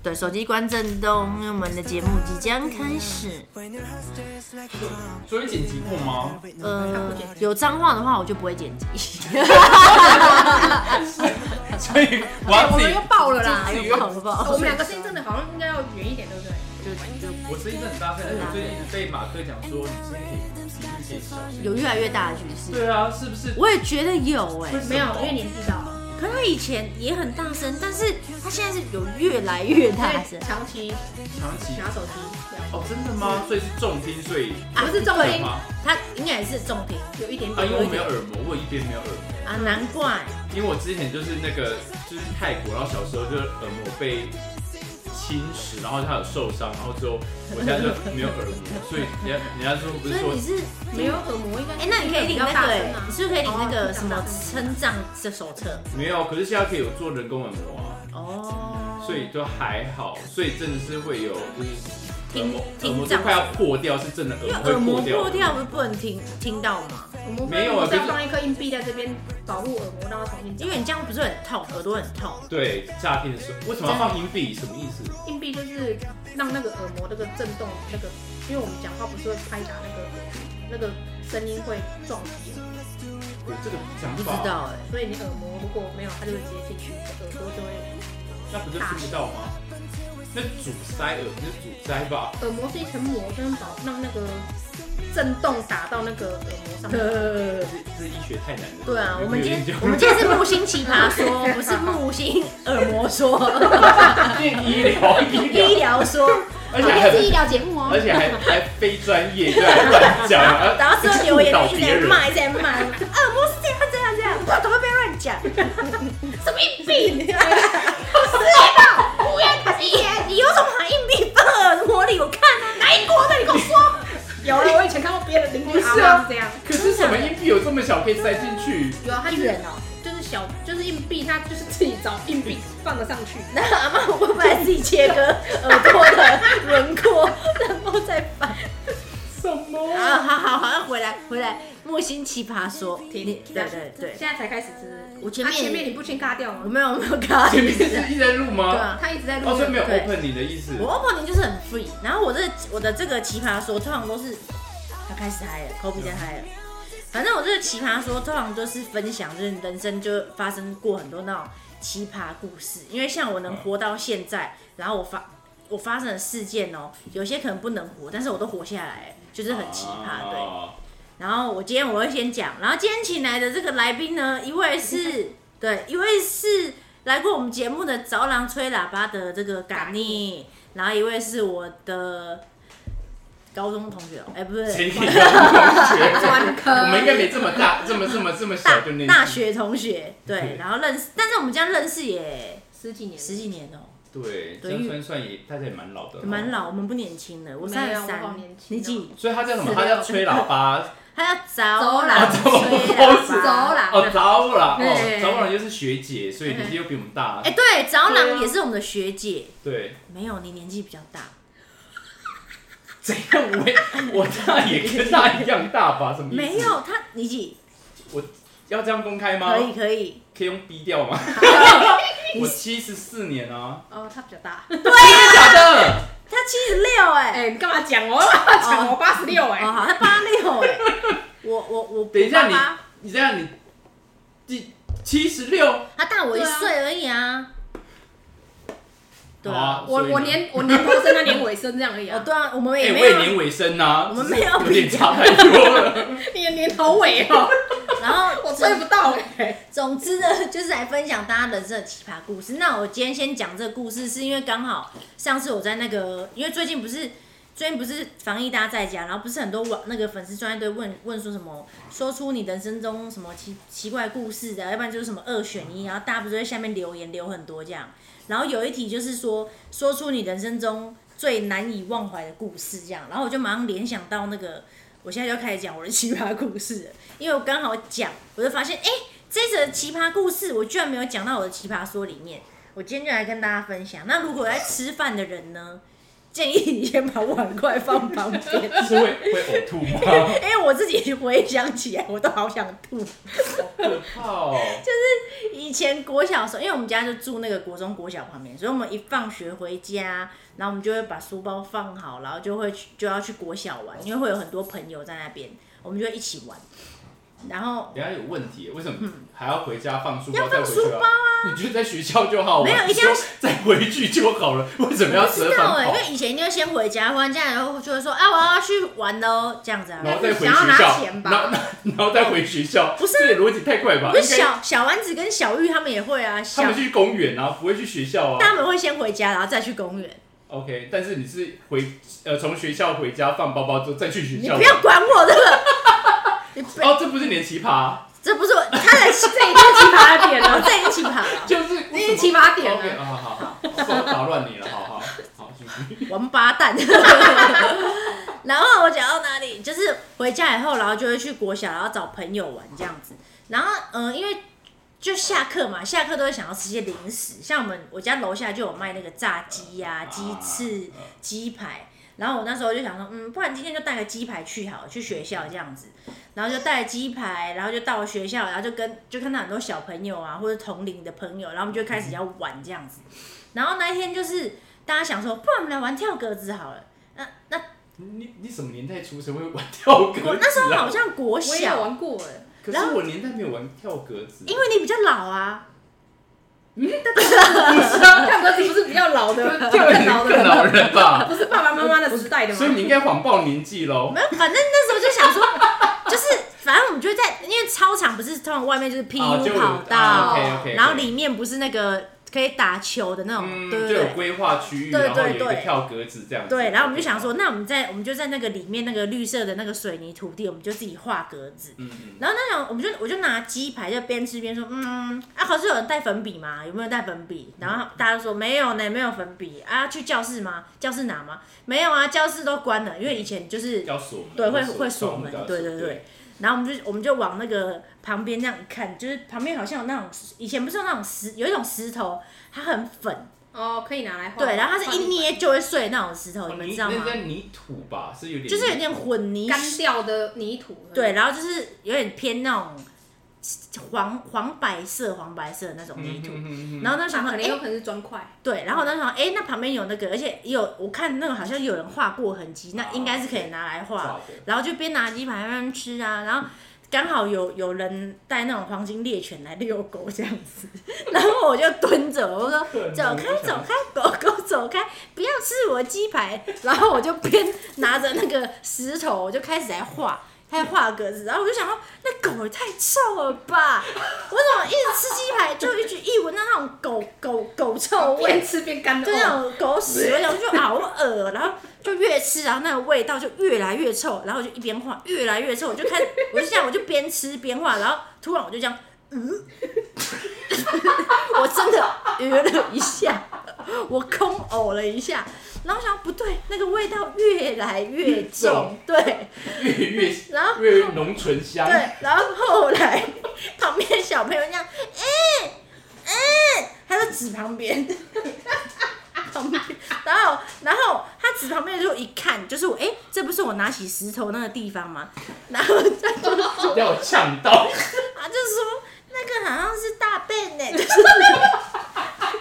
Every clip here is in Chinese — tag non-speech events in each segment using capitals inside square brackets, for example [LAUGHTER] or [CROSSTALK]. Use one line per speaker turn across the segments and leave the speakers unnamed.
对，手机关震动，因为我们的节目即将开始。
所以剪辑过
[LAUGHS]
吗？
嗯
呃，有脏话的话我就不会剪辑。
所以我要
哎
自
我们
己
又，爆
[LAUGHS]
了啦！
哎呦，好不好？
我们两个声音真的好像应该要远一点，对不对？
就就
我声音真的很大声，而且我最近一直被马克讲说你身体比例减小。
有越来越大的趋势。
对啊，是不是？
我也觉得有哎、
没有，因为年纪到了，
可他以前也很大声，但是他现在是有越来越
因
大声
为。长期
长期
拿手机，对啊
哦，真的吗？所以是重听，所以
不是重
啊对
听
吗？
他应该也是重听
有一点
啊，
点
因为我没有耳膜，我有一边没有耳膜。
啊，难怪。
因为我之前就是那个就是泰国，然后小时候就是耳膜被侵蚀，然后它有受伤，然后之后我现在就没有耳膜，所以人家人家说不
所
是
以
说
你是
没有耳膜，应该
哎、那你可以领那个、欸，你
啊。
是不是可以领那
哦
个
比
什
较
么
大
称
声
赞的手册？
没有，可是现在可以有做人工耳膜啊，
哦，
所以就还好，所以真的是会有就是呃耳
听
膜耳
听
膜就
障
快，要破掉，是真的
因为
耳
耳
膜
膜
会
破
破
掉
掉。
不是不能听听到吗？
我们
没有啊
我们
可是
要放一颗硬币在这边保护耳膜，让它重新长。
因为你这样不是很痛，耳朵很痛。
对，诈骗的时候为什么要放硬币？什么意思？
硬币就是让那个耳膜那个震动那个，因为我们讲话不是会拍打那个那个声音会撞击，
有这个讲
不知
法，
道哎、
所以你耳膜如果没有，它就会直接进去，耳朵就会。
那不就听不到吗？那阻塞耳，那是阻塞吧？
耳膜是一层膜，跟保让那个震动打到那个耳膜上面。
呃，
这这医学太难了。
对啊，我们今天
有研究
我们今天是木星奇葩说，不是木星耳膜
[LAUGHS]
说，
变医疗，医疗，
医疗说，
而且还
医疗节目哦
而且还还非专业，就还乱讲，啊
[LAUGHS] 然后之后留言
导
就一
别
直在
人。
骂，一直在骂，耳膜是这样这样这样，不要不要乱讲，什么硬币？
不要打
你你有什么好硬币放耳膜里？我看啊，哪一国的？你跟我说。
有啊了，我以前看过别人邻居阿
不是啊
妈是这样。
可是什么硬币有这么小可以塞进去？
有啊，他就
一
是
人哦
就是小就是硬币，他就是自己找硬币放得上 [LAUGHS] 去。
那阿妈会不会自己切割耳朵的轮
[LAUGHS]
廓，然后再反？
什么
啊，好好好，回来回来，木星奇葩说，你对对对，
现在才开始吃。
我前面
啊前面你不先嘎掉
我
吗？
没有我没有看，
前面是一直在录
对
吗？
啊，
他一直在录
哦，所以没有
对
open 你的意思。
我 opening 就是很 free，然后我这我的这个奇葩说通常都是他开始嗨了，口比在嗨了。反正我这个奇葩说通常就是分享，就是人生就发生过很多那种奇葩故事。因为像我能活到现在，然后我发我发生的事件哦、有些可能不能活，但是我都活下来了，就是很奇葩，对。
啊
然后我今天我会先讲，然后今天请来的这个来宾呢，一位
嗯
是对，一位是来过我们节目的早郎吹喇叭的这个嘎尼，然后一位是我的高中同学哦，哎、不
前
是
提要同
[LAUGHS]
学，
专科
我们应该没这么大，这么这么这么小
[LAUGHS]
大
就念
大学同学，对
对，
然后认识，但是我们这样认识也
十几年，
十几年哦、
对，这
对
样算算也大家也蛮老的，哦
蛮。老，我们不年轻了，我三
哦
十
没有我好
三
年，轻哦
你几？
所以他叫什么？他叫吹喇叭，
[LAUGHS] 他叫早
郎
郎
吹
吹
喇叭
喇
走
叭。
啊啦。
哦，早朗哦，
对
早朗就是学姐，所以年纪又比我们大
哎、。对，早
对啊
郎也是我们的学姐，
对，
没有，你年纪比较大。
怎样？我也
[LAUGHS]
我大也跟他一样大吧？什么意思？
没，有他，你几？
要这样公开吗？
可以可以，
可以用 B 调吗？我七十四年啊，
[LAUGHS] 哦，他比较大。
真的假的？
他七十六哎，
[LAUGHS] 哎，你干嘛讲哦？干嘛讲我八十六
哦
哎。
好，他八六
[LAUGHS]
哎，我我我
等一下
我爸爸
你这样你第七十六，
他大我一岁而已啊，对
好啊
啊，
我
所以呢
我连我连头生，他连尾生这样而已
哦
啊。
对啊，我们
哎，
也
我
没
也年
有，
尾声啊，
我们没有
有点差太多
[LAUGHS]
了。
你的连头尾哦，
然后
[LAUGHS] 我追
总
不到哎。
总之呢，就是来分享大家人生的奇葩故事。那我今天先讲这个故事，是因为刚好上次我在那个，因为最近不是。最近不是防疫大家在家，然后不是很多网那个粉丝专业队问问说什么，说出你人生中什么奇奇怪故事的，要不然就是什么二选一，然后大家不是在下面留言留很多这样，然后有一题就是说说出你人生中最难以忘怀的故事这样，然后我就马上联想到那个，我现在就开始讲我的奇葩故事了，因为我刚好讲，我就发现哎、诶这则奇葩故事我居然没有讲到我的奇葩说里面，我今天就来跟大家分享。那如果在吃饭的人呢？建议你先把碗筷放旁边。 [LAUGHS]
是会会呕吐吗？
因为我自己回想起来，我都好想吐。
可怕哦！
以前国小的时候，因为我们家就住那个国中国小旁边，所以我们一放学回家，然后我们就会把书包放好，然后就会去就要去国小玩，因为会有很多朋友在那边，我们就会一起玩。然后
[LAUGHS] 等一下有问题，为什么还要回家放书
嗯
包
要
再
放
回
书
去
包
啊？你就在学校就好，
没有
玩，
一定要
再回去就好了，为什么要哦
知
折返
道哎、
跑
因？为以前一定会先回家，回完家然后就会说啊，我要去玩喽，这样子啊。
然后再回
想要
学
拿
校，
钱吧
然后 [LAUGHS] 然后再回学校，
不是
这个逻辑太快吧？
不是
应该
小小丸子跟小玉他们也会啊，
他
小
们去公园啊，不会去学校啊。
他们会先回家，然后再去公园。
OK，但是你是回呃从学校回家放包包之后再去学
你
校
不，要管我这个，你不
哦，这不是你的奇葩啊，
这不是我，他的
这已经是奇葩点
然
了，
后哦在一起爬、
就是为
这
什
已经
么
是奇葩点
OK，
了。
好好好好，我打乱你了，好好好，继续。
王八蛋。 [LAUGHS] 然后我讲到哪里，就是回家以后，然后就会去国小，然后找朋友玩这样子。然后，嗯、因为就下课嘛，下课都会想要吃些零食，像我们我家楼下就有卖那个炸鸡呀、鸡
啊
翅、鸡排。然后我那时候就想说，嗯，不然今天就带个鸡排去好了，去学校这样子。然后就带鸡排，然后就到了学校，然后就跟就看到很多小朋友啊，或者同龄的朋友，然后我们就开始要玩这样子。然后那一天就是大家想说，不然我们来玩跳格子好了。那那
你你什么年代出生会玩跳格子、啊？
我那时候好像国
我也有
小，
玩过哎，
可
然
是
后
我年代没有玩跳格子，
因为你比较老啊，
跳格子不是比较老的，
[LAUGHS]
跳格
更
子
老
更
的，
老人吧，
不是爸爸妈妈的时代的
所以你
吗？
应该谎报年纪喽。
没有，反正那时候就想说，就是反正我们就在，因为操场不是通常外面就是 PU 跑
啊
道，
o k OK，
然后里面不是那个可以打球的那种，
嗯，
对
就
对
有
对。
规划区域，
对
然后有一
对
个
对
跳格子这样子。
对，然后我们就想说，那我们在我们就在那个里面那个绿色的那个水泥土地，我们就自己画格子。
嗯，嗯
然后那种，我们就我就拿鸡排就边吃边说，嗯，啊，可是有人带粉笔吗？有没有带粉笔？然后大家都说没有呢，没有粉笔啊，去教室吗？教室拿吗？没有啊，教室都关了，因为以前就是，
要锁门，
对，会
要
会锁
窗户
门
都要，
对对对。然后我们就我们就往那个旁边那样一看，就是旁边好像有那种以前不是有那种石，有一种石头，它很粉，
哦，可以拿来画。
对，然后它是一捏就会碎那种石头，
哦
你们
泥
知道吗
那？叫泥土吧，是有点
就是有点混泥
干掉的泥土。
对，，然后就是有点偏那种黄黄白色、黄白色的那种泥土。
嗯嗯嗯嗯
然后那时
想
候
可
哎、
能有可能是砖块。
对，然后那时候哎、那旁边有那个，而且也有我看那个好像有人画过痕迹，那应该是可以拿来画。
画的
然后就边拿鸡排边吃啊，然后刚好有有人带那种黄金猎犬来遛狗这样子， [LAUGHS] 然后我就蹲着，我说
可能
走开
我想
走开，狗狗走开，不要吃我鸡排。然后我就边拿着那个石头，我就开始在画，开始画格子。然后我就想说，那狗也太臭了吧！我怎么一直吃鸡排，就一直一闻到那种狗狗狗臭味
边，哦吃边干的。哦
就
[LAUGHS]
那种狗屎味，然后就好恶，然后就越吃，然后那个味道就越来越臭，然后我就一边画越来越臭，我就开始，我就这样，我就边吃边画，然后突然我就这样，嗯， [LAUGHS] 我真的哕了一下，我空呕了一下，然后我想不对，那个味道越来越重
重，
对，
越越
然后
越浓醇香，
对，然后后来旁边小朋友这样，嗯嗯，他就指旁边，旁边，然后然后他指旁边就一看，就是我，哎、这不是我拿起石头那个地方吗？然后他就
[LAUGHS] 要有呛
[LAUGHS]
到，
他就说那个好像是大便呢、 [LAUGHS] 就是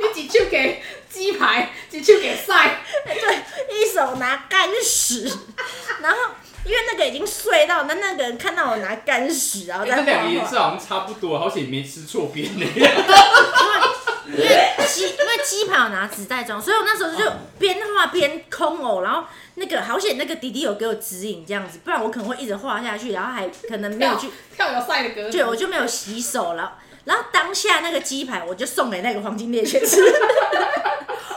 你几球给鸡排，几球给塞。
对，一手拿干屎，然后因为那个已经碎到，那那个人看到我拿干屎，然后
哎
再
这两
画
个颜
画。
色好像差不多，好险你没吃错
[LAUGHS]
边呢。
因为鸡因为鸡排有拿纸袋装，所以我那时候就边画边空呕，然后那个好险那个弟弟有给我指引这样子，不然我可能会一直画下去，然后还可能没有 [LAUGHS] 去，
跳有塞的格子。
对，我就没有洗手了。然后当下那个鸡排我就送给那个黄金猎犬吃，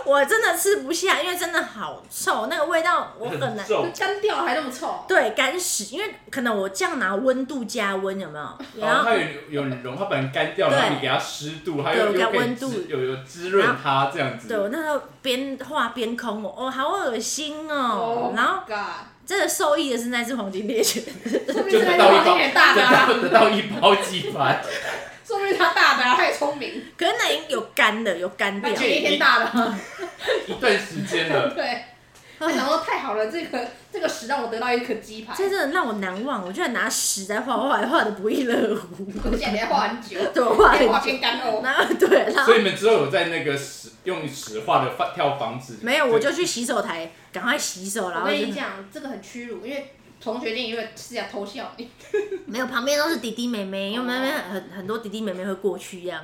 我真的吃不下，因为真的好臭，那个味道我很难。
重，
干掉还那么臭。
对，干屎，因为可能我这样拿温度加温有没哦有？然
然后
后
哦它有有融，它本来干掉，然后
对
你给它湿度，还
对
有
我给它
又可以
温度
滋有有滋润它这样子。
对我那时候边画边空呕，哦，好恶心哦
Oh
然后
God，
真的受益的是那只黄金猎犬，
说不
就
定是
得
那
到
个
一
黄金点大的
[LAUGHS]
啊
包，，得到得到一包鸡 [LAUGHS] 排，
说不定他大的啊，他也聪明，
可是那已经有干的，有干掉
他
那。
卷一天大的啊。
一段时间了。
[LAUGHS] 对，我想说太好了，这个这个屎让我得到一颗鸡排，
这真的让我难忘。我居然拿屎在画画，画的不亦乐乎，
而且你还画很久，
对，我画
还画
很久。
偏干哦。
然后对，啊然后
所以你们之后有在那个石用石画的放跳房子？
没有，我就去洗手台赶快洗手，然
我
后
跟
就
你讲，这个很屈辱，因为同学间因为私下偷笑你。
没有，旁边都是弟弟妹妹，因为那边很很多弟弟妹妹会过去这样。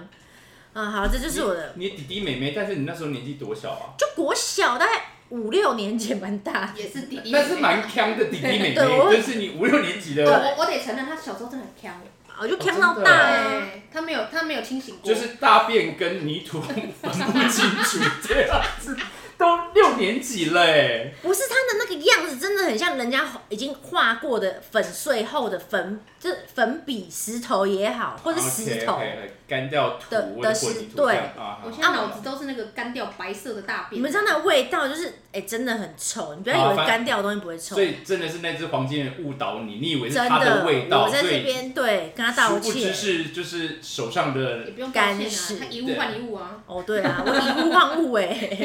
嗯，好，这就是我的，
你弟弟妹妹，但是你那时候年纪多小啊？
就国小大概五六年前蛮大的，
也是弟弟。
那是蛮强的弟弟妹妹，
对我
就是你五六年级
我
的，
我我得承认，他小时候真的很强。
我就
哦真
看
的
到大啊。
对，他没有他没有清醒
就
过。
是大便跟泥土分不清楚这样
[LAUGHS]
子，都六年级了哎。
不是他的那个样子，真的很像人家已经画过的粉碎后的粉，就是粉笔、石头也好，
啊
或者石头。
OK，OK，干掉土
的
或
的
者
石
混凝土
对
这样啊好
我现在脑子都是那个干掉白色的大便。
你们知道那个味道，就是哎、真的很臭。你不要
好
以为
反
干掉的东西不会臭，
所以真的是那只黄金人误导你，你以为是
真
它味道，
我在
所
这
以
边对跟他道
殊不知
歉。
是就是手上
也
的
不用道歉
干
啊
屎，
他一物换一物
[LAUGHS]
啊。
哦，对啊，我以物换物哎、
[LAUGHS]
一物换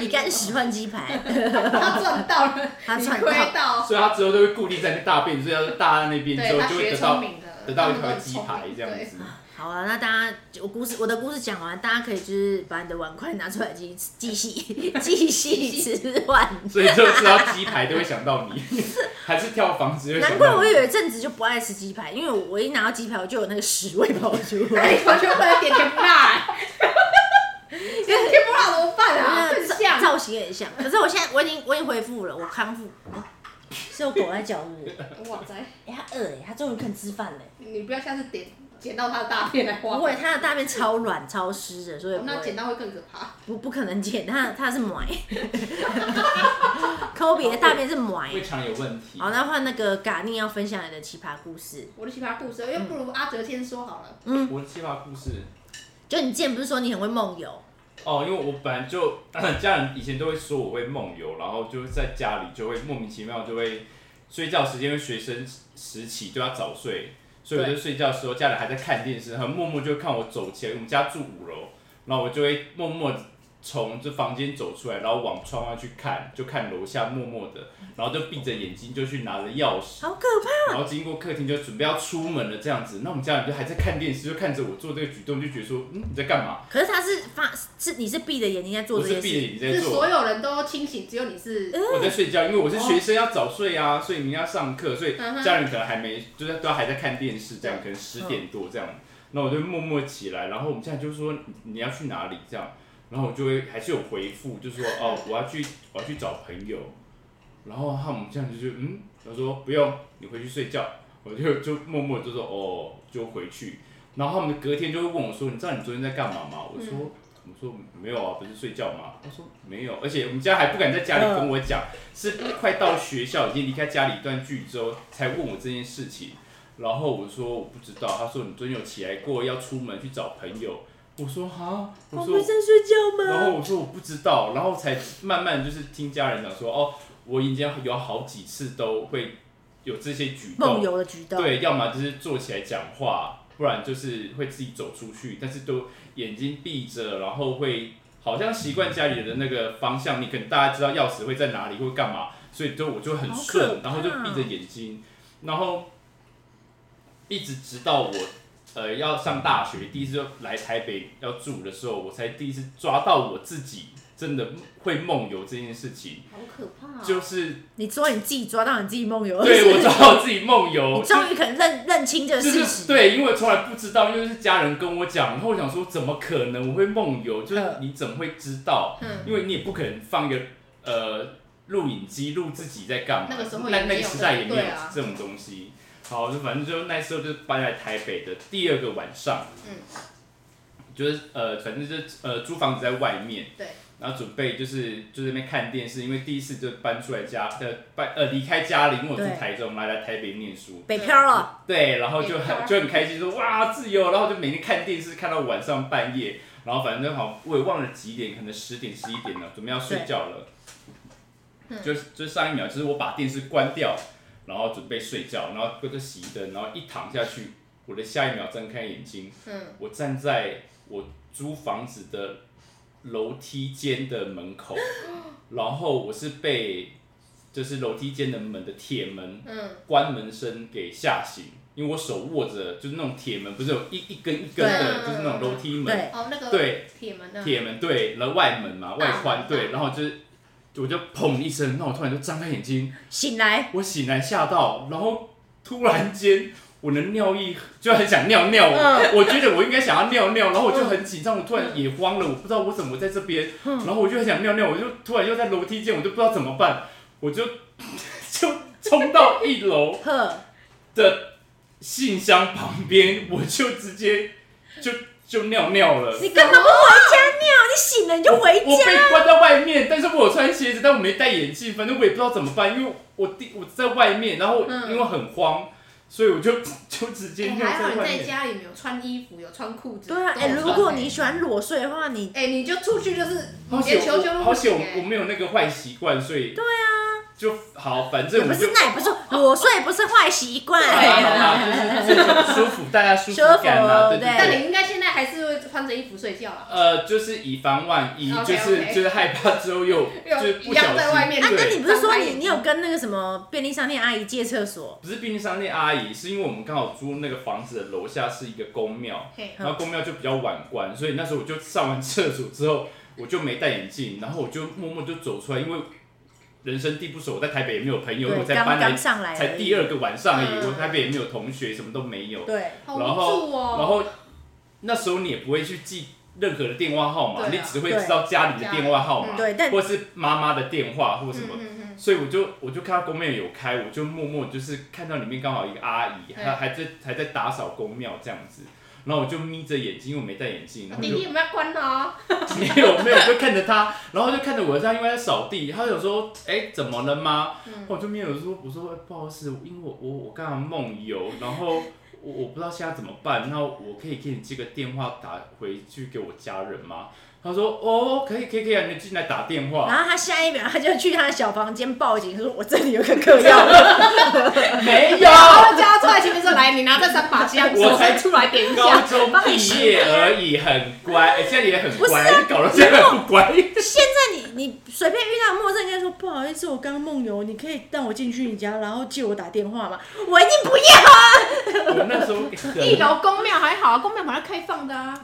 以
一物。
干屎换鸡排。
他赚到了，
他
你
赚到
亏到。
所以它之后都会固定在那大便，所以要大在那边之
对
后
他
就会
学
得到
聪明的，
得到一
他
条
们都很
鸡
聪
排
明
这样
对
子。
好啊，那大家我故事我的故事讲完，大家可以就是把你的碗筷拿出来继续继续继续吃完。
所以就吃到鸡排都会想到你， [LAUGHS] 还是跳房子就会
难
想
怪
到
我
你。
有一阵子就不爱吃鸡排，因为我我一拿到鸡排我就有那个屎味跑出
那
来，
你完全不能点甜不辣、欸，
[LAUGHS]
点甜不辣怎么办啊？更
造
像，
造型很像。可是我现在我已经我已经恢复了，我康复。啊是有狗在叫我，
哇塞！
哎、它饿了，它终于肯吃饭了。欸
你不要下次点捡到他的大便来画。
不会，它的大便超软超湿的，所以
哦
不
那
会
捡到会更可怕。
不不可能捡，它它是
[LAUGHS]
埋。科比的大便是埋。
胃肠有问题
好，，那换那个嘎宁要分享你的奇葩故事。
我的奇葩故事，要不如阿哲先说好了。
我的计划故事
就你之前不是说你很会梦游？
哦，因为我本来就家人以前都会说我会梦游，然后就是在家里就会莫名其妙就会睡觉时间会学生时起就要早睡，所以我就睡觉的时候家人还在看电视，很默默就看我走起来。我们家住五楼，然后我就会默默地从这房间走出来，然后往窗外去看，就看楼下默默的，然后就闭着眼睛就去拿着钥匙，
好可怕！
然后经过客厅就准备要出门了这样子。那我们家人就还在看电视，就看着我做这个举动，就觉得说嗯你在干嘛？
可是他是发是你是闭着眼睛在做
我
这
是
件
闭着
事，
眼睛在
是
做。
所有人都清醒，只有你是
我在睡觉，因为我是学生，要早睡啊，所以明天要上课，所以
嗯哦嗯哼
家人可能还没，就是都还在看电视，这样可能十点多这样。那我就默默起来，然后我们家人就说你你要去哪里这样，然后我就会还是有回复，
[LAUGHS]
就说哦我要去我要去找朋友，然后他们这样就是嗯，他说不用，你回去睡觉，我就就默默就说哦就回去，然后他们隔天就会问我说你知道你昨天在干嘛吗？我说。我说没有啊，不是睡觉吗？他说没有，而且我们家还不敢在家里跟我讲，是快到学校已经离开家里一段距离之后，才问我这件事情。然后我说我不知道，他说你昨天有起来过，要出门去找朋友。我说哈，我说
在睡觉
然后？我说我不知道，然后才慢慢就是听家人讲说，哦，我已经有好几次都会有这些举
梦
动，
游的举动，
对，要么就是坐起来讲话，不然就是会自己走出去，但是都眼睛闭着，然后会好像习惯家里的那个方向，你可能大家知道钥匙会在哪里，会干嘛，所以就我就很
好可
顺，
怕哦
然后就闭着眼睛，然后一直直到我呃要上大学，第一次就来台北要住的时候，我才第一次抓到我自己真的会梦游这件事情，
好可怕、啊。
就是
你说你自己抓到你自己梦游，
对我抓到自己梦游，
哦你终于肯认认清这个
就
事
是
实。
对，因为我从来不知道，因为是家人跟我讲，然后我想说怎么可能我会梦游？就是
嗯
你怎么会知道？
嗯，
因为你也不可能放一个呃录影机录自己在干嘛。
那个时候
那
也没
那个
有
时代也没有
对啊
这种东西。好，就反正就那时候就搬来台北的第二个晚上，
嗯，
就是呃，反正就呃租房子在外面，
对，
然后准备就是就在那边看电视，因为第一次就搬出来家呃搬呃离开家里，因为我住
对
台中，来来台北念书，
北漂了，
对，然后就
没错
很就很开心说哇自由，然后就每天看电视看到晚上半夜，然后反正好我也忘了几点，可能十点十一点了，准备要睡觉了
嗯。
就就上一秒，就是我把电视关掉，然后准备睡觉，然后我就熄灯，然后一躺下去，我的下一秒睁开眼睛，
嗯，
我站在我租房子的楼梯间的门口，然后我是被就是楼梯间的门的铁门
嗯，
关门声给吓醒，因为我手握着就是那种铁门，不是有一一根一根
对
的，就是那种楼梯门，
啊对啊
哦，那个
对，
铁门啊的，
铁门对，然后外门嘛，外
大门
宽对，然后就是我就砰一声，那我突然就张开眼睛，
醒来，
我醒来吓到，然后突然间我的尿意就很想尿尿，
嗯
我觉得我应该想要尿尿，然后我就很紧张，我突然也慌了，我不知道我怎么在这边，
嗯
然后我就很想尿尿，我就突然又在楼梯间，我就不知道怎么办，我就 [LAUGHS] 就冲到一楼
呵，
的信箱旁边，我就直接就就尿尿了。
你干嘛不回家尿？你醒了你就回
我
家。
被关在外面，但是我有穿鞋子，但我没戴眼镜，反正我也不知道怎么办，因为我弟我在外面，然后
嗯
因为很慌，所以我就就直接
哎，
尿
还好
在
你
外
在
面。
家里没有穿衣服，有穿裤子。
对啊，
都有
哎、
穿
如果你喜欢裸睡的话，你
哎、你就出去就是
好险
连球球
我
都
好
不
险
行、
我我
哎
没有那个坏习惯，所以对啊，就好，反
也
正
不
我就是
那也不是裸睡，不是坏习惯。
好啦好啦，就是就是舒服，大家舒服感啊，
舒服
对对
对
但
对。
你应该现在还是会穿着衣服睡觉啦。
呃，就是以防万一，
OK，OK
就是就是害怕之后又
又
就是不
一样
小
在外
心，
面
那、
对
那
对。
你不是说
张开
你
眼
你有跟那个什么便利商店阿姨借厕所？
不是便利商店阿姨，是因为我们刚好租那个房子的楼下是一个公庙，
嗯
嘿，
然后公庙就比较晚关，所以那时候我就上完厕所之后，我就没戴眼镜，然后我就默默就走出来，因为人生地不熟，我在台北也没有朋友，我
对，
才搬
刚
来
刚上来而已，
才第二个晚上而已，
嗯
我台北也没有同学，什么都没有。
对，
好无
然后
助哦、
然后那时候你也不会去记任何的电话号码，
对
你
啊
只会知道家里的电话号码，
对，但
或是妈妈的电话或什么。
嗯嗯
所以我就我就看到公庙有开，我就默默就是看到里面刚好一个阿姨，
对
还还在还在打扫公庙这样子，然后我就眯着眼睛，因为我没戴眼镜，然
嗯，
后
弟
就
弟有没有关哦？
[LAUGHS] 没有没有就看着她，然后就看着我在因为在扫地，她有说哎、怎么了吗？
嗯
我就没有说我说、哎不好意思，因为我我我刚刚梦游，然后。我我不知道现在怎么办，那我可以给你这个电话打回去给我家人吗？她说哦，可以可以可以啊，你进来打电话。
[LAUGHS]
然后他下一秒他就去他的小房间报警，说我这里有个嗑药，
没有，
然后叫他出来，前面说来，你拿这三把枪，
我
手伸出来点一
[LAUGHS] 高
下。
中毕业而已，很乖，哎现在也很乖，你搞得
你
现在很不乖。
现在你你随便遇到陌生人跟他说不好意思，我刚刚梦游，你可以让我进去你家，然后借我打电话吗？我一定不要。
我那时候哎
一
[LAUGHS]
很，
楼公庙还好啊，公庙马上开放的啊，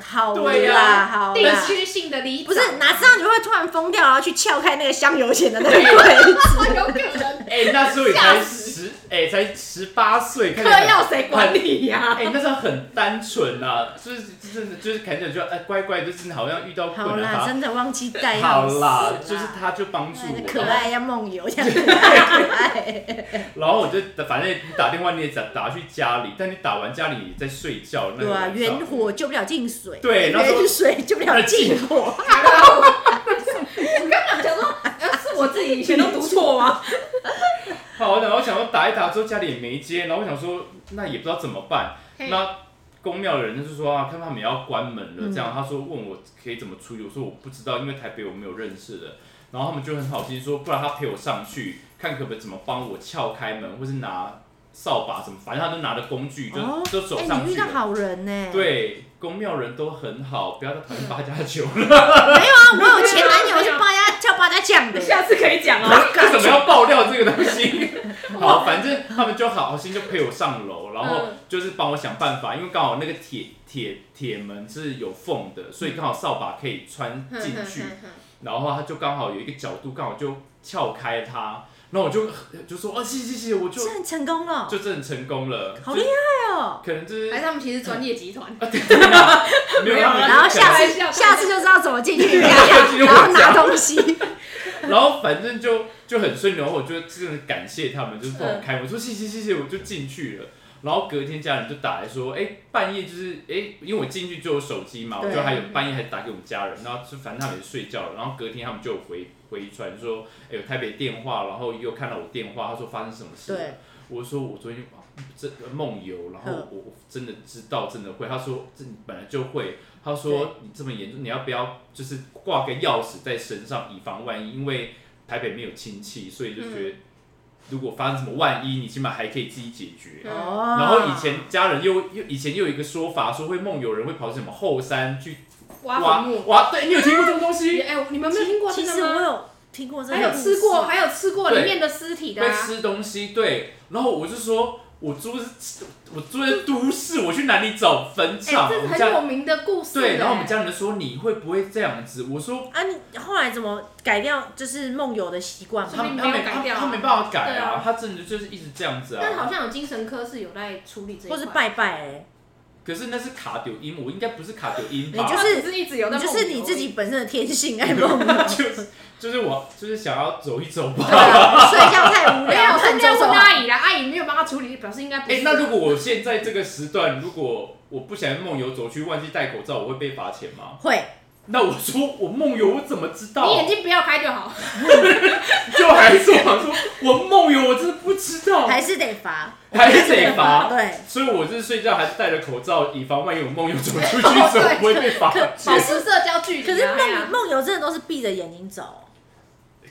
好
对
啦，
呀
好
地
啦，
区性的里
不是哪知道你会突然疯掉，然后去撬开那个香油钱的那个
[LAUGHS]
柜子。
哦，有可能。
哎，那时候也才
吓
十，哎，才十八岁，看
[LAUGHS]
嗑
起来
药谁管理呀、
哎，那时候很单纯呐，就是真的就是感觉就哎乖乖，就是好像遇到
好
困
啦，
难，
真的忘记带
他
钥
好
匙
啦，就是他就帮助
那
我，啊
可
然后
爱要梦游
[LAUGHS]
这样，啊可爱
然后我就反正你打电话你也打打去家里，但你打完家里也在睡觉，那
对
个
啊，
晚上
远火救不了近水，
对那时候
远水救不了近火。
[LAUGHS]
啊是我自己以前都读
[LAUGHS]
错吗？
好，然后想说打一打之后家里也没接，然后我想说那也不知道怎么办。
嘿
那公庙的人就是说啊，看他们也要关门了，
嗯
这样他说问我可以怎么处理，我说我不知道，因为台北我没有认识的。然后他们就很好心说，不然他陪我上去看可不可以怎么帮我撬开门，或是拿扫把什么，反正他都拿着工具就、
哦
就走
哎，
上
你遇
去
到
了。
好人呢？
对，公庙人都很好，不要再讨厌八加九了。
没有啊，我有前男友是八家叫八家酱
[LAUGHS]
的，
下次可以讲哦。
为什么要爆料这个东
[LAUGHS]
西？好，反正他们就好心就陪我上楼，然后
嗯
就是帮我想办法，因为刚好那个铁铁铁门是有缝
嗯
的，所以刚好扫把可以穿进去，然后他就刚好有一个角度，刚好就撬开它，然后我就就说哦，谢谢谢谢，我就
这很成功了，
就真的成功了，
哦好厉害哦！
就可能就是啊
还是他们其实专业集团，
没有让
啊
他
然后
可
下
能
次
开玩笑
下次就知道怎么进 [LAUGHS] 去你家，
进去我
然
家
后拿东西。
然后反正就就很顺利，然后我就真的感谢他们，就是帮
嗯
我开门，我说谢谢谢谢，我就进去了。然后隔天家人就打来说，哎，半夜就是哎，因为我进去就有手机嘛，我
对
就还有半夜还打给我们家人，然后就反正他们也睡觉了。然后隔天他们就有回回传说，哎，有台北电话，然后又看到我电话，他说发生什么事
[LAUGHS]
了
对，
我说我昨天啊这梦游，然后
嗯
我我真的知道真的会。他说这你本来就会。他说你这么严重，你要不要就是挂个钥匙在身上，以防万一？因为台北没有亲戚，所以就觉
嗯
得如果发生什么万一，你起码还可以自己解决。
嗯
哦，
然后以前家人又又以前又有一个说法，说会梦游人会跑去什么后山去
挖
挖
坟墓。
挖，对你有听过这种东西？
哎、你们没有听过
其
真
实
的
我
吗？
有听过这个
还
故事，
有吃过，还有吃过里
对
面的尸体的、
会
啊，
吃东西，对。然后我就说，我住我住在都市，我去哪里找坟
哎、
场？
这是
我们
很
家
有名的故事、
对，然后我们
哎
家人说你会不会这样子？我说
啊，你后来怎么改掉就是梦游的习惯
他
吗？
说不定
们
没
他没
有改
他
掉啊
他没办法改
对
啊
啊，
他真的就是一直这样子
但好
啊。
像有精神科是有在处理这一
或是拜
块，
拜、欸？
可是那是卡丢音，我应该不是卡丢音
[LAUGHS]
你
吧？
就
哦他只是一直有在
你
梦游，
就是你自己本身的天性爱梦 [LAUGHS] 游，
啊
[LAUGHS] 就是就是我就是想要走一走
[LAUGHS]
吧。
对啊睡觉太无
没
聊，
有，
看
是
周
要
周
问。阿姨啦，阿姨没有帮他处理，表示应该不
哎、
是。
那如果我现在这个时段，如果我不小心梦游走去忘记戴口罩，我会被罚钱吗？
会，
那我说我梦游，我怎么知道？
你眼睛不要开就好。
就还是我说我梦游，我真的不知道，
还是得罚，
还是得罚。
对，
所以我就是睡觉还是戴着口罩，以防万一我梦游走出去，怎
[LAUGHS]
么会被罚？
保持社交距离、啊。
可是
哎呀
梦梦游真的都是闭着眼睛走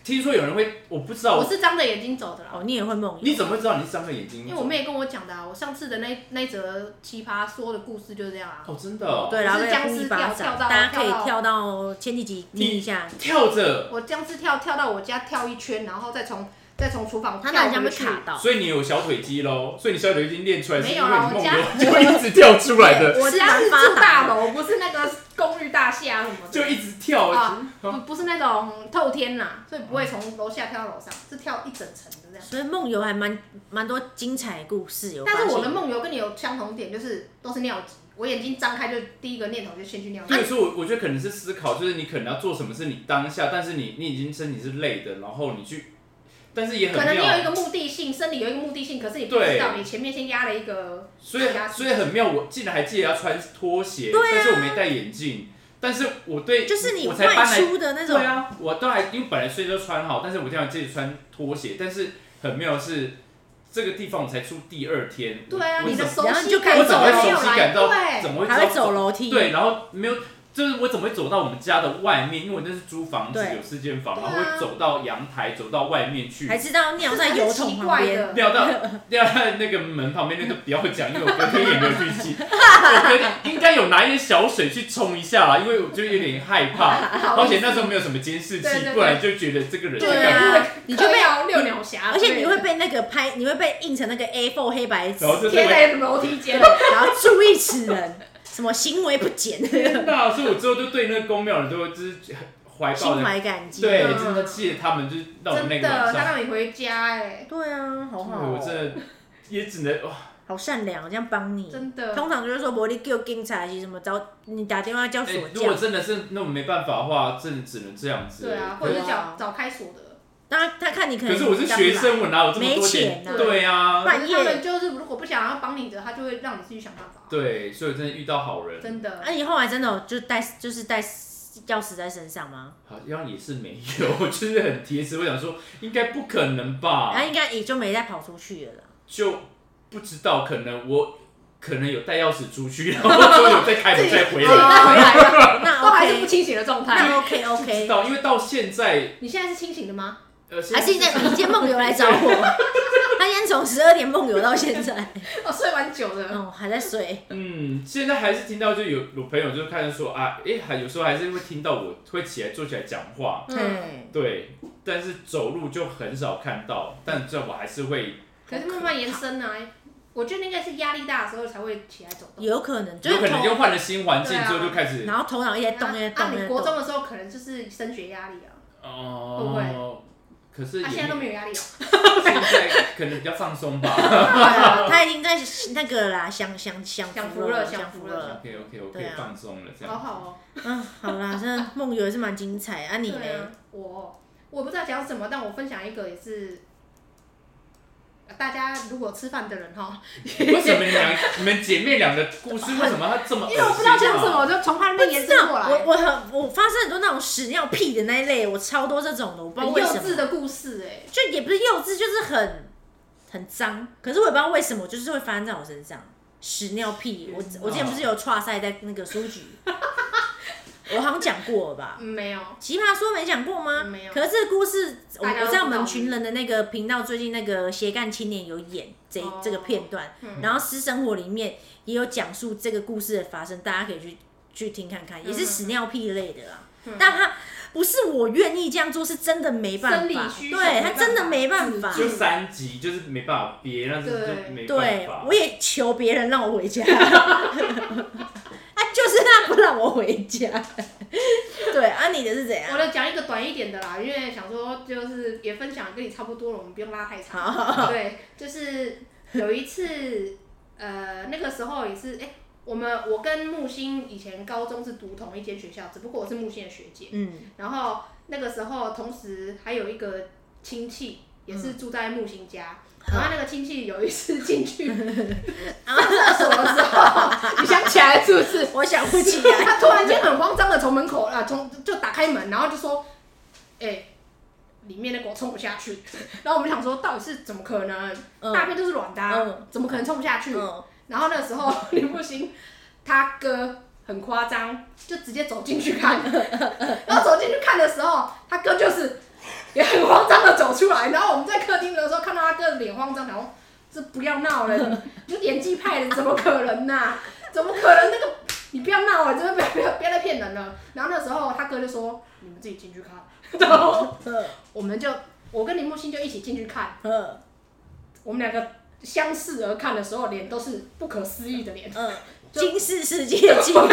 听说有人会，我不知道，
我
我
是张着眼睛走的啦，
哦，你也会梦游？
你怎么会知道你是张着眼睛？
因为我妹跟我讲的啊。我上次的那那则奇葩说的故事就是这样啊。
哦，真的、哦，
对啦，然后被
我是僵
呼
尸
一巴
跳
掌，
跳到
大家可以
跳到
跳到前几集听一下。
跳
呃
着，
我僵尸跳跳到我家跳一圈，然后再从再从厨房
他
跳
那
回
家被
去
卡到，
所以你有小腿肌喽，所以你小腿已经练出来，是
没
因
有
为
啦
你梦
我
游 [LAUGHS] 就会一直跳出来的，
我
我
是
家
蛮
是
发
住大
达的，
楼，不是那个公寓大厦什么的。
就一直跳。
啊，不不是那种透天啦，所以不会从楼下跳到楼上，是跳一整层的这样。
所以梦游还蛮蛮多精彩的故事。有
但是我的
发现
梦游跟你有相同点，就是都是尿急，我眼睛张开就第一个念头就先去
啊
尿急。
对，所以我我觉得可能是思考，就是你可能要做什么事，你当下，但是你你已经身体是累的，然后你去，但是也
可
很
能你有一
妙，
个目的性，生理有一个目的性，可是你不
对
知道，你前面先压了一个，
所以所以很妙，我竟然还记得要穿拖鞋，但是我没戴眼镜，但是我对
就是你
我才搬
外
来
出的那种
对，啊，我都还因为本来睡都穿好，但是我这样自己穿拖鞋，但是很妙的是这个地方我才住第二天，我
对啊，
我
你的
怎么
熟
然后你就
悉
感
感
我
受
怎么
走
到
会熟
没有
悉感到，
来，
怎么会知道
还会走楼梯。
对，然后没有，就是我怎么会走到我们家的外面？因为我那是租房子，
对
有四间房，
对
然
啊
后会走到阳台，走到外面去
还，知道
对，
尿在油桶旁边，
这是很奇怪的。
掉到掉到那个门旁边，那个不要讲，因为我隔天也没有去洗，我隔应该有拿一些小水去冲一下啦，因为我就有点害怕，
好
而且那时候没有什么监视器
对对，对
不然就觉得这个人
就
在
对
干嘛
啊
是
你就被
要六鸟侠
而
之类的，
且你会被那个拍，你会被印成那个 A4 黑白纸
然，后就
贴
认为。
在楼梯间，
然后注意此人，什么行为不
[LAUGHS]
检，
天哪！所以我之后就对那个公庙人都就是怀抱
心
的，
怀感激。
对，
嗯
真的谢谢他们，就是让我那
真
个晚
的，
上
他，让你回家哎，
对啊，好好、
对我真
哦，
的也只能哇。
好善良，这样帮你。
真的。
嗯通常就是说，我你叫警察是什么找你打电话叫
欸
锁
如
匠
果，真的是那我没办法的话，真的只能这样子。
对啊，
可
或者是
对啊
找找开锁的，
当然他看你可能
可是我是学生，我哪有这么多
没
钱？
钱
啊
对啊
不，然
可是他们就是如果不想要帮你的，他就会让你自己想办法。
对，所以真的遇到好人，
真的
那、，啊你后来真的有就带就是带钥匙在身上吗？
好像也是没有，就是很贴实。我想说，应该不可能吧？
啊
哎
他、应该也就没再跑出去了
[LAUGHS]
啦。
就不知道，可能我可能有带钥匙出去， [LAUGHS] 然后说有再开门再回来，
再回来了，
那
都还是不
OK，
清醒的状态。
那 OK
不知
[LAUGHS]
OK，
道，因为到现在，
你现在是清醒的吗？
呃，
还是你在你先梦游来找我？他先从十二点梦游到现在，
[LAUGHS] 哦，睡完久了，
嗯，还在睡。
嗯，现在还是听到就有有朋友就看着说啊，诶，还有时候还是会听到我会起来坐起来讲话，
嗯，
嗯，
对，但是走路就很少看到，但这我还是会，
可是慢慢延伸啊，我觉得应该是压力大的时候才会起来走动。
有可能就
有
是
可能
头，
又换了新环境
对啊
之后就开始，
然后头脑一直在动，一直在
啊，
动，一直
你
在
国中
动。
的时候可能就是升学压力啊，会不
哦，可是也
他现在都没有压力哦。
现在可能比较放松吧。
对啊他已经在那个啦，享享享
享
福
福了
享
享福
福
了
了。
OK OK
对
OK，
啊
放松了这
好
样。
好哦，
嗯，好啦，真的梦游也是蛮精彩。啊，你
对啊
嘞？，
我我不知道讲什么，但我分享一个也是，呃大家如果吃饭的人哈，
为什么你们俩你们姐妹俩的故事为什么她这
哦
么恶
因
心
为
啊？
我不知道讲什么，我就从他那边延伸过来，
我我很我发生很多那种屎尿屁的那一类，我超多这种的，我不知道
很
为
幼
什
稚
么，
的故事哎、
就也不是幼稚，就是很很脏。可是我也不知道为什么，就是会发生在我身上。屎尿屁，我我之前不是有串赛在那个书
[LAUGHS]
局，我好像讲过了吧？
嗯没有，
奇葩说没讲过吗？
嗯没有
可是这个故事，我
大家
我
都
知
知
道
道
门群人的那个频道最近那个斜杠青年有演这、
哦
这个片段，
嗯
然后私生活里面也有讲述这个故事的发生，大家可以去去听看看，也是屎尿屁类的啦。
嗯
但他不是我愿意这样做，是真的没办法，
生理需求
对
没
他
办法
真的没办法。
就三级，就是没办法憋，那是
对
就没办
对
法，
我。也求别人让我回家， [LAUGHS] 啊，就是他不让我回家。对啊，你的是怎
我
样？
来讲一个短一点的啦，因为想说就是也分享跟你差不多了，我们不用拉太
好
长。
好好
对，就是有一次，呃，那个时候也是，哎、我们我跟木星以前高中是读同一间学校，只不过我是木星的学姐，
嗯
然后那个时候同时还有一个亲戚也是住在木星家。然后那个亲戚有一次进去上厕所的时候，你想起来是不是？
我想不起来。
[LAUGHS] 他突然间很慌张的从门口啊，从就打开门，然后就说：“哎、里面的狗冲不下去。” [LAUGHS] 然后我们想说，到底是怎么可能？
嗯
大便都是软的、啊，
嗯
怎么可能冲不下去？
嗯，
然后那时候 [LAUGHS] 林不行，他哥很夸张，就直接走进去看。然后走进去看的时候，他哥就是也很慌张的走出来。然后我们在客厅的时候看到他哥的脸慌张，然后这不要闹了，你就演技派的，怎么可能呐、 [LAUGHS] 怎么可能那个？你不要闹了，真的不要不要不要再骗人了。然后那时候他哥就说：“你们自己进去看。” [LAUGHS] 然后
嗯
我们就我跟林木星就一起进去看，
嗯
我们两个相视而看的时候，脸都是不可思议的脸。
嗯，
就
金氏世界纪录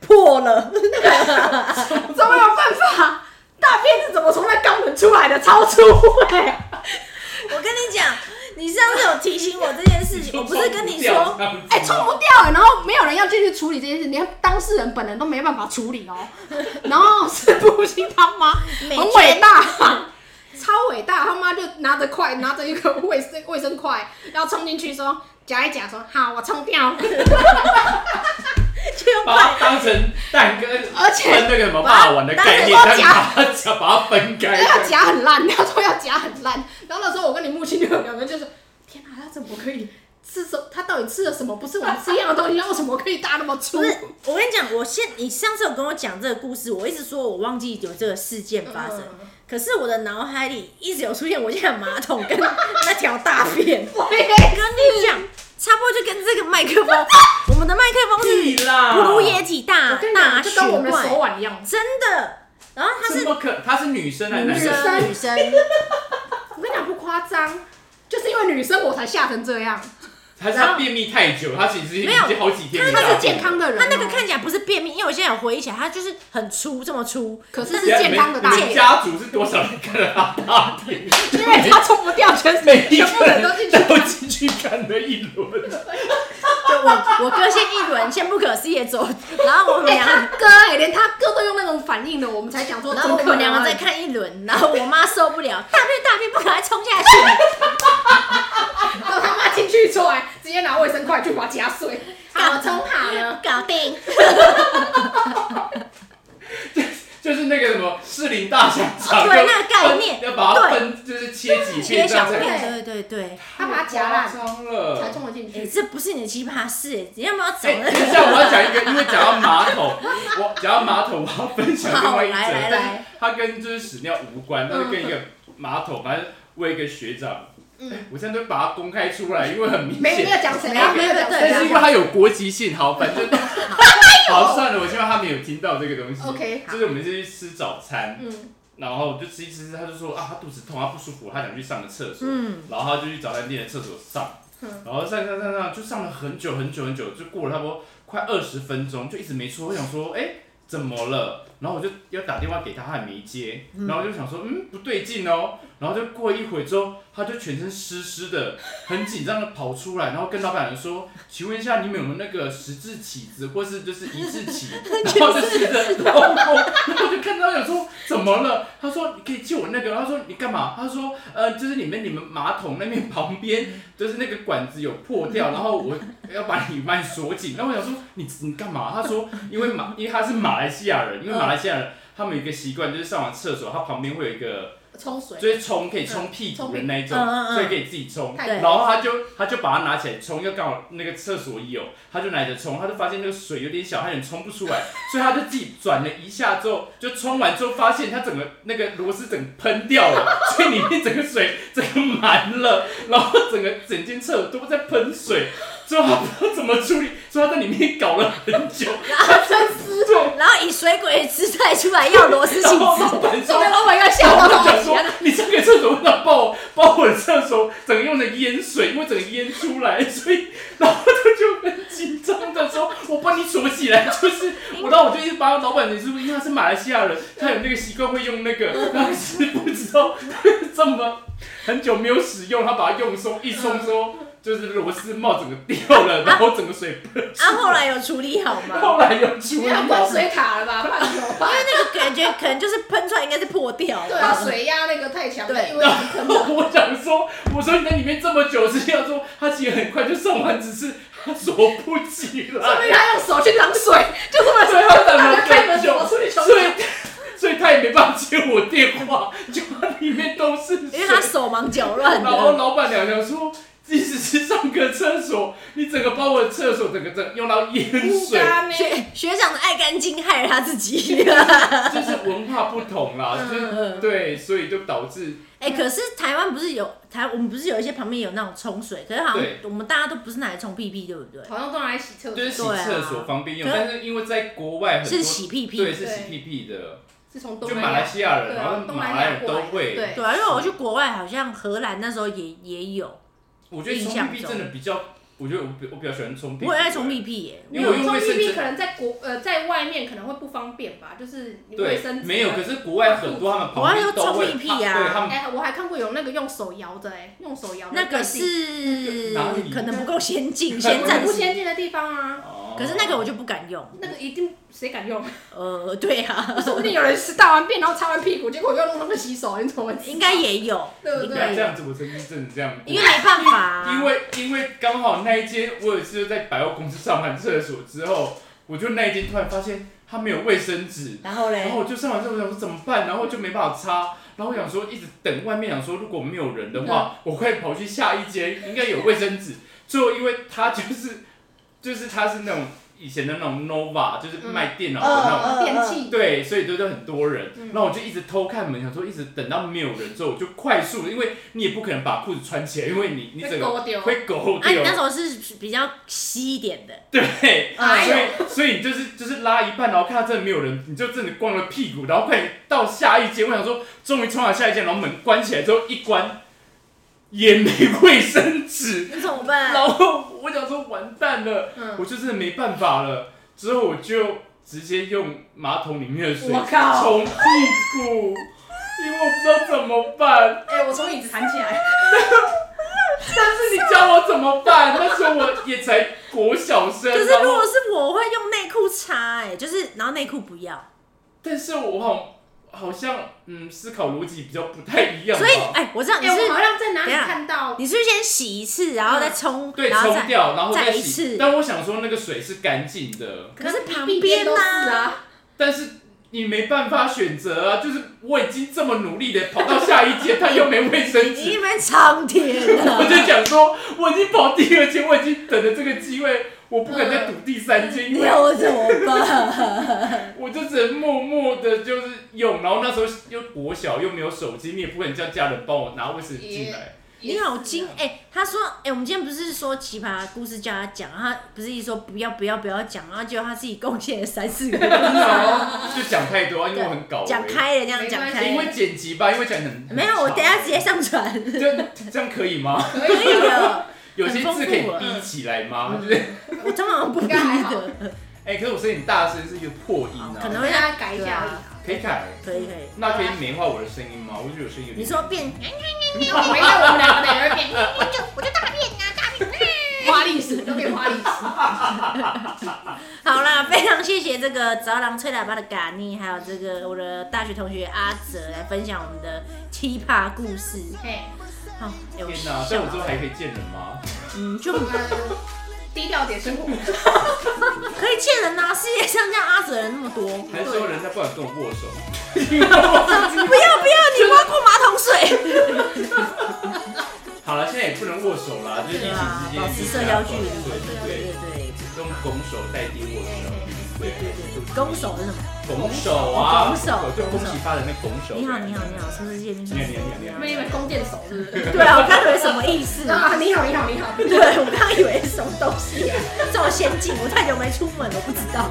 破了，
[LAUGHS] 怎么有办法？大便是怎么从那肛门出来的？超出哎、
我跟你讲，你上次有提醒我这件事
[LAUGHS]
情，我不是跟你说，
[LAUGHS] 哎、冲不掉哎、然后没有人要进去处理这件事，连当事人本人都没办法处 [LAUGHS] 理哦。然后是不行他妈，
美
很伟大， [LAUGHS] 超伟大，他妈就拿着筷，拿着一个卫生卫生筷，要冲进去说夹一夹，说好我冲掉，
就用
把它当成蛋跟
而且
跟那个什么霸王的概念，
把它
但是把它夹把它分
[LAUGHS]
开。
要夹很烂，他说要夹很烂。然后那时候我跟你母亲就两个就是，天哪、他怎么可以吃什？他到底吃了什么？不是我们吃一样的东西，他为什么可以大那么粗
不？是，我跟你讲，我现你上次有跟我讲这个故事，我一直说我忘记有这个事件发生，
嗯
可是我的脑海里一直有出现我家的马桶跟那条大便。
[LAUGHS] 我也
跟你讲，差不多就跟这个麦克
[LAUGHS]
风，我们的麦克风是
屁啦！
葫芦液体大
啊我跟你
啊大
讲，就
雪
跟我们的手
怪，
腕一样。
真的。然后它
怎
是
么可？她是女生还是男
女
生？
生，女生，
我跟你讲不夸张，就是因为女生我才吓成这样。
还是她便秘太久？她其实已
没有
经好几天没大
他
便了。
是健康的人、啊
它那个，看起来不是便秘，因为我现在有回忆起来，它就是很粗，这么粗。
可是是
你们
健康的大
你们
便，
家族是多少人看了她大便？
因为他冲不掉，全
[LAUGHS] 每一
全部
个
人
人
都进去。
都进去看了一轮。
就我我哥先一轮，先不可思议地走，然后我们
哎、
两个
他哥哎、连他哥都用那种反应的， [LAUGHS] 我们才讲说，
然后我
怎么可
们
能
两个再看一轮，然后我妈受不了，大便大便不可爱冲下去，
然后他妈进去出来，直接拿卫生筷去把它夹碎， [LAUGHS]
啊
好冲好了。
搞定。
就是那个什么士林大香肠，
对
要
那个概念
分要把它分，就是切几
切
片这样
小
才
便，对对对，
他把它夹烂
太夸张
才
了。
冲了进
哎，
去。
这不是你的奇葩事，哎你要不要找
哎，
那
等一
个？
下，我要讲一个，因为讲到马桶，我讲到马哎桶，我要分享另
好，
外一
来来
则，
来，
它跟就是屎尿无关，但是跟一个马桶，反正为一个学长，
嗯
我现在都把它公开出来，因为很明
没没
显，
有讲谁，啊
没有
没有讲
对
但是
谁
因为。它有国籍性，好，反
[LAUGHS]
正好算了，我希望他没有听到这个东西。
哎 OK，好
就是我们是去吃早餐，
嗯，
然后就吃一吃，他就说啊，他肚子痛，他不舒服，他想去上个厕所，
嗯
然后他就去早餐店的厕所上，
嗯
然后上上上上就上了很久很久很久，就过了差不多快二十分钟，就一直没出。我想说，哎、怎么了？然后我就要打电话给他，他也没接，然后我就想说，嗯，不对劲哦。然后就过一会之后，他就全身湿湿的，很紧张的跑出来，然后跟老板说：“请问一下，你们有没有那个十字起子，或是就是一字
[LAUGHS]
起？”然后就试着然后然后我就看到想说怎么了？他说：“你可以借我那个。”他说：“你干嘛？”他说：“呃，就是你们你们马桶那边旁边
嗯
就是那个管子有破掉，然后我要把你把你锁紧。”然后我想说：“你你干嘛？”他说：“因为
[LAUGHS]
马，因为他是马来西亚人，因为马来西亚人他们有一个习惯，就是上完厕所，他旁边会有一个。”
冲水。
就是冲可以冲屁股的那一种，
嗯嗯嗯
所以可以自己冲。
太
对
然后他就他就把它拿起来冲，又刚好那个厕所有，他就拿着冲，他就发现那个水有点小，他有点冲不出来，所以他就自己转了一下之后，就冲完之后发现他整个那个螺丝整个喷掉了，所以里面整个水整个满了，然后整个整间厕所都在喷水。最后他不知道怎么处理，所以他在里面搞了很久，
他深思。
然后以水鬼姿态出来要螺丝
然
起
后
子，
老板
这
说
边老板要吓
然后
到
他
我
就
一
说
样。：“
你上个厕所为什么把我把我的厕所整个用的淹水，我整个淹出来？”所以，然后他就很紧张的说：“我帮你锁起来。”就是我，然后我就一直把老板你是不是因为他是马来西亚人，他有那个习惯会用那个，但是不知道这么很久没有使用，他把它用松一松之后，就是螺丝帽整个掉了，然后整个水喷。
啊，后来有处理好吗？
后来有处
你
理
要关
好，
水塔了吧？不然怎么办？
那个 [LAUGHS] 感觉可能就是喷出来应该是破掉
对啊，
吧。
水压那个太强了，
对
因为你可
[LAUGHS]
能
我想说，我说你在里面这么久是要说，他其实很快就上完，只是他锁不起
说
[LAUGHS]
来，
明他用手去挡水，就这么
所以他等了
他开门
很
怎
久
么，出去求
所以所以他也没办法接我电话，就他里面都是
因为他
水。
手忙脚乱
然后
的，
老板娘娘说，即使是上个厕所，你整个把我的厕所整个整用到淹
[LAUGHS]
水，
啊学学长的爱干净害了他自己。
就是文化不同啦，就是
嗯
对，所以就导致
哎、可是台湾不是有台，我们不是有一些旁边有那种冲水，可是好像
对
我们大家都不是拿来冲屁屁，对不对？
好像都拿来洗厕
就是洗
对啊
厕所方便用，
可是
但是因为在国外很多
是洗屁屁，
对是洗
对
屁屁的。
是从
就马来西亚人，
对
然
啊
后
东
马
南
来
亚
人
过
都
来
会。
对
对啊，因为我去国外，好像荷兰那时候也也有，
我觉得
印
冲
象
屁屁
中
真的比较，我觉得我比我比较喜欢冲屁。
我也爱冲。屁屁耶、
因
因
为
为
我
我
用卫
用
生
B
纸
B 可能在国呃在外面可能会不方便吧，就是你卫
对
生，纸啊
没有，可是国外很多他们
国
旁
外
边
都
都
冲
会，
屁屁
他
啊
对他们
哎、我还看过有那个用手摇的、哎，用手摇的
那个
更近
是
哪里
可能不够先
[LAUGHS]
进，
可能
先
很
暂
不
时。
先进的地方啊，
哦
可是那个我就不敢用，
那个一定谁敢用？
呃，对啊，
[LAUGHS] 说不定有人是大完便然后擦完屁股，结果又弄那个洗手，你怎么知道
应该也有，
对不
应
不
该
要
有
这样子，我曾经真的这样过
因为。没办法、啊，
因为因为刚好那一间，我有一次在百货公司上完厕所之后，我就那一间突然发现它没有卫生纸，
然后
然
嘞，
后我就上完之后我想说怎么办，然后就没办法擦，然后我想说一直等外面，想说如果没有人的话，
嗯
我快跑去下一间，应该有卫生纸。最后因为它就是 [LAUGHS] 就是它是那种以前的那种 Nova，就是卖电脑的那种。
嗯嗯嗯
电器
哦对，所以就是很多人，然后我就一直偷看门，想说一直等到没有人之后，我就快速，因为你也不可能把裤子穿起来，因为你你整
被
个
勾丢？
会勾
啊，你
掉，
那时候是比较稀一点的，
对，
哎
啊所
呦
以，所以你就是就是拉一半，然后看到真的没有人，你就真的光了屁股，然后快点到下一间。我想说，终于冲到下一间，然后门关起来之后一关，也没卫生纸，
那怎么办？
然后我想说完蛋了，
嗯，
我就真的没办法了。之后我就直接用马桶里面的水
我靠
冲屁股，因为我不知道怎么办。
哎、我从椅子弹起来，
但是你教我怎么办？那时候我也才国小生，
可是
然
如
后
果是我我会用内裤擦，哎，就是然后内裤不要，
但是我好好像嗯思考逻辑比较不太一样吧，
所以哎、我知道
哎、
你是
我好像嗯在哪
等
里
一下
看到，
你是不是先洗一次，然后再冲，
对
然后
冲
再，
掉然后
再一
洗，
次
但我想说那个水是干净的，
可是旁
壁
边
都是
呐、
啊，
但是你没办法选择啊，就是我已经这么努力的跑到下一间，他又没卫生
你
纸。
那边苍天啊！
[LAUGHS] 我就讲说，我已经跑第二间，我已经等着这个机会，我不敢再赌第三间，因为
要我怎么
[LAUGHS]
办？
我就只能默默的，就是用。然后那时候又国小，又没有手机，你也不可能叫家人帮我拿卫生纸进来。
你好精
也啊
哎、他说哎、我们今天不是说奇葩故事叫他讲，他不是一直说不要不要不要讲，然后结果他自己贡献了三四个，
真的哦 [LAUGHS] 就讲太多，因为我很搞。
讲，开了这样
没
讲
关系
开
哎因
了
为剪辑吧，因为讲很
没有，我等一下直接上传，
这这样可以吗？
[LAUGHS]
是啊
可
可以
以了。
有些字可以
很丰富
逼起来吗？
嗯
就是
我通常不逼
应该还好
的，
哎，可是我声音大声是一个破音
可
啊，
能
我
会
们
让
要改一下而已啊。
可以改。
可以可以。
那可以美化我的声音吗？我觉得我声音有点
你说变
没有，我们两个在那边， [LAUGHS] 我就大便啊，大便，花历史都变花
[LAUGHS]
历史。
好啦，非常谢谢这个早郎吹喇叭的嘎尼，还有这个我的大学同学阿哲来分享我们的奇葩故事。
嘿，
好、哎我
天哪，
笑
啊在我之后
了
还可以见人吗？
嗯，就
我们呃低调点生活。
可以见人呐、世界上这样阿哲的人那么多，
还是说人家不敢跟我握手？
不要不要，你挖过马桶水。
好了，现在也不能握手啦，就是疫
对
情
啊
之，间
保持社交距离。
对对
对
对，
对对。
用拱手代替握手。对。
对对对，拱手是什么？
拱手啊，
拱手
就
拱手
恭喜发的那拱手。
你好，你好，你好，是不是见面？
你好你好你好
因为你们弓箭手是不是？
对啊，我刚以为什么意思？
[LAUGHS] 啊，你好，你好，你好。
[LAUGHS] 对，我刚以为是什么东西啊，这么先进，我太久没出门了，我不知道。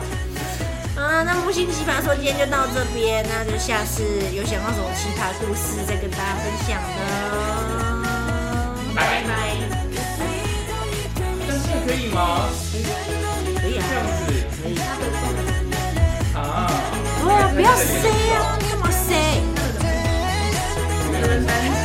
啊，那木星奇葩说今天就到这边，那就下次有想到什么奇葩故事再跟大家分享哦呢。
拜
拜，
但是可以吗？
可以啊
这，样子
可以。
啊？
对啊，不要塞啊，干嘛塞？
没有人担心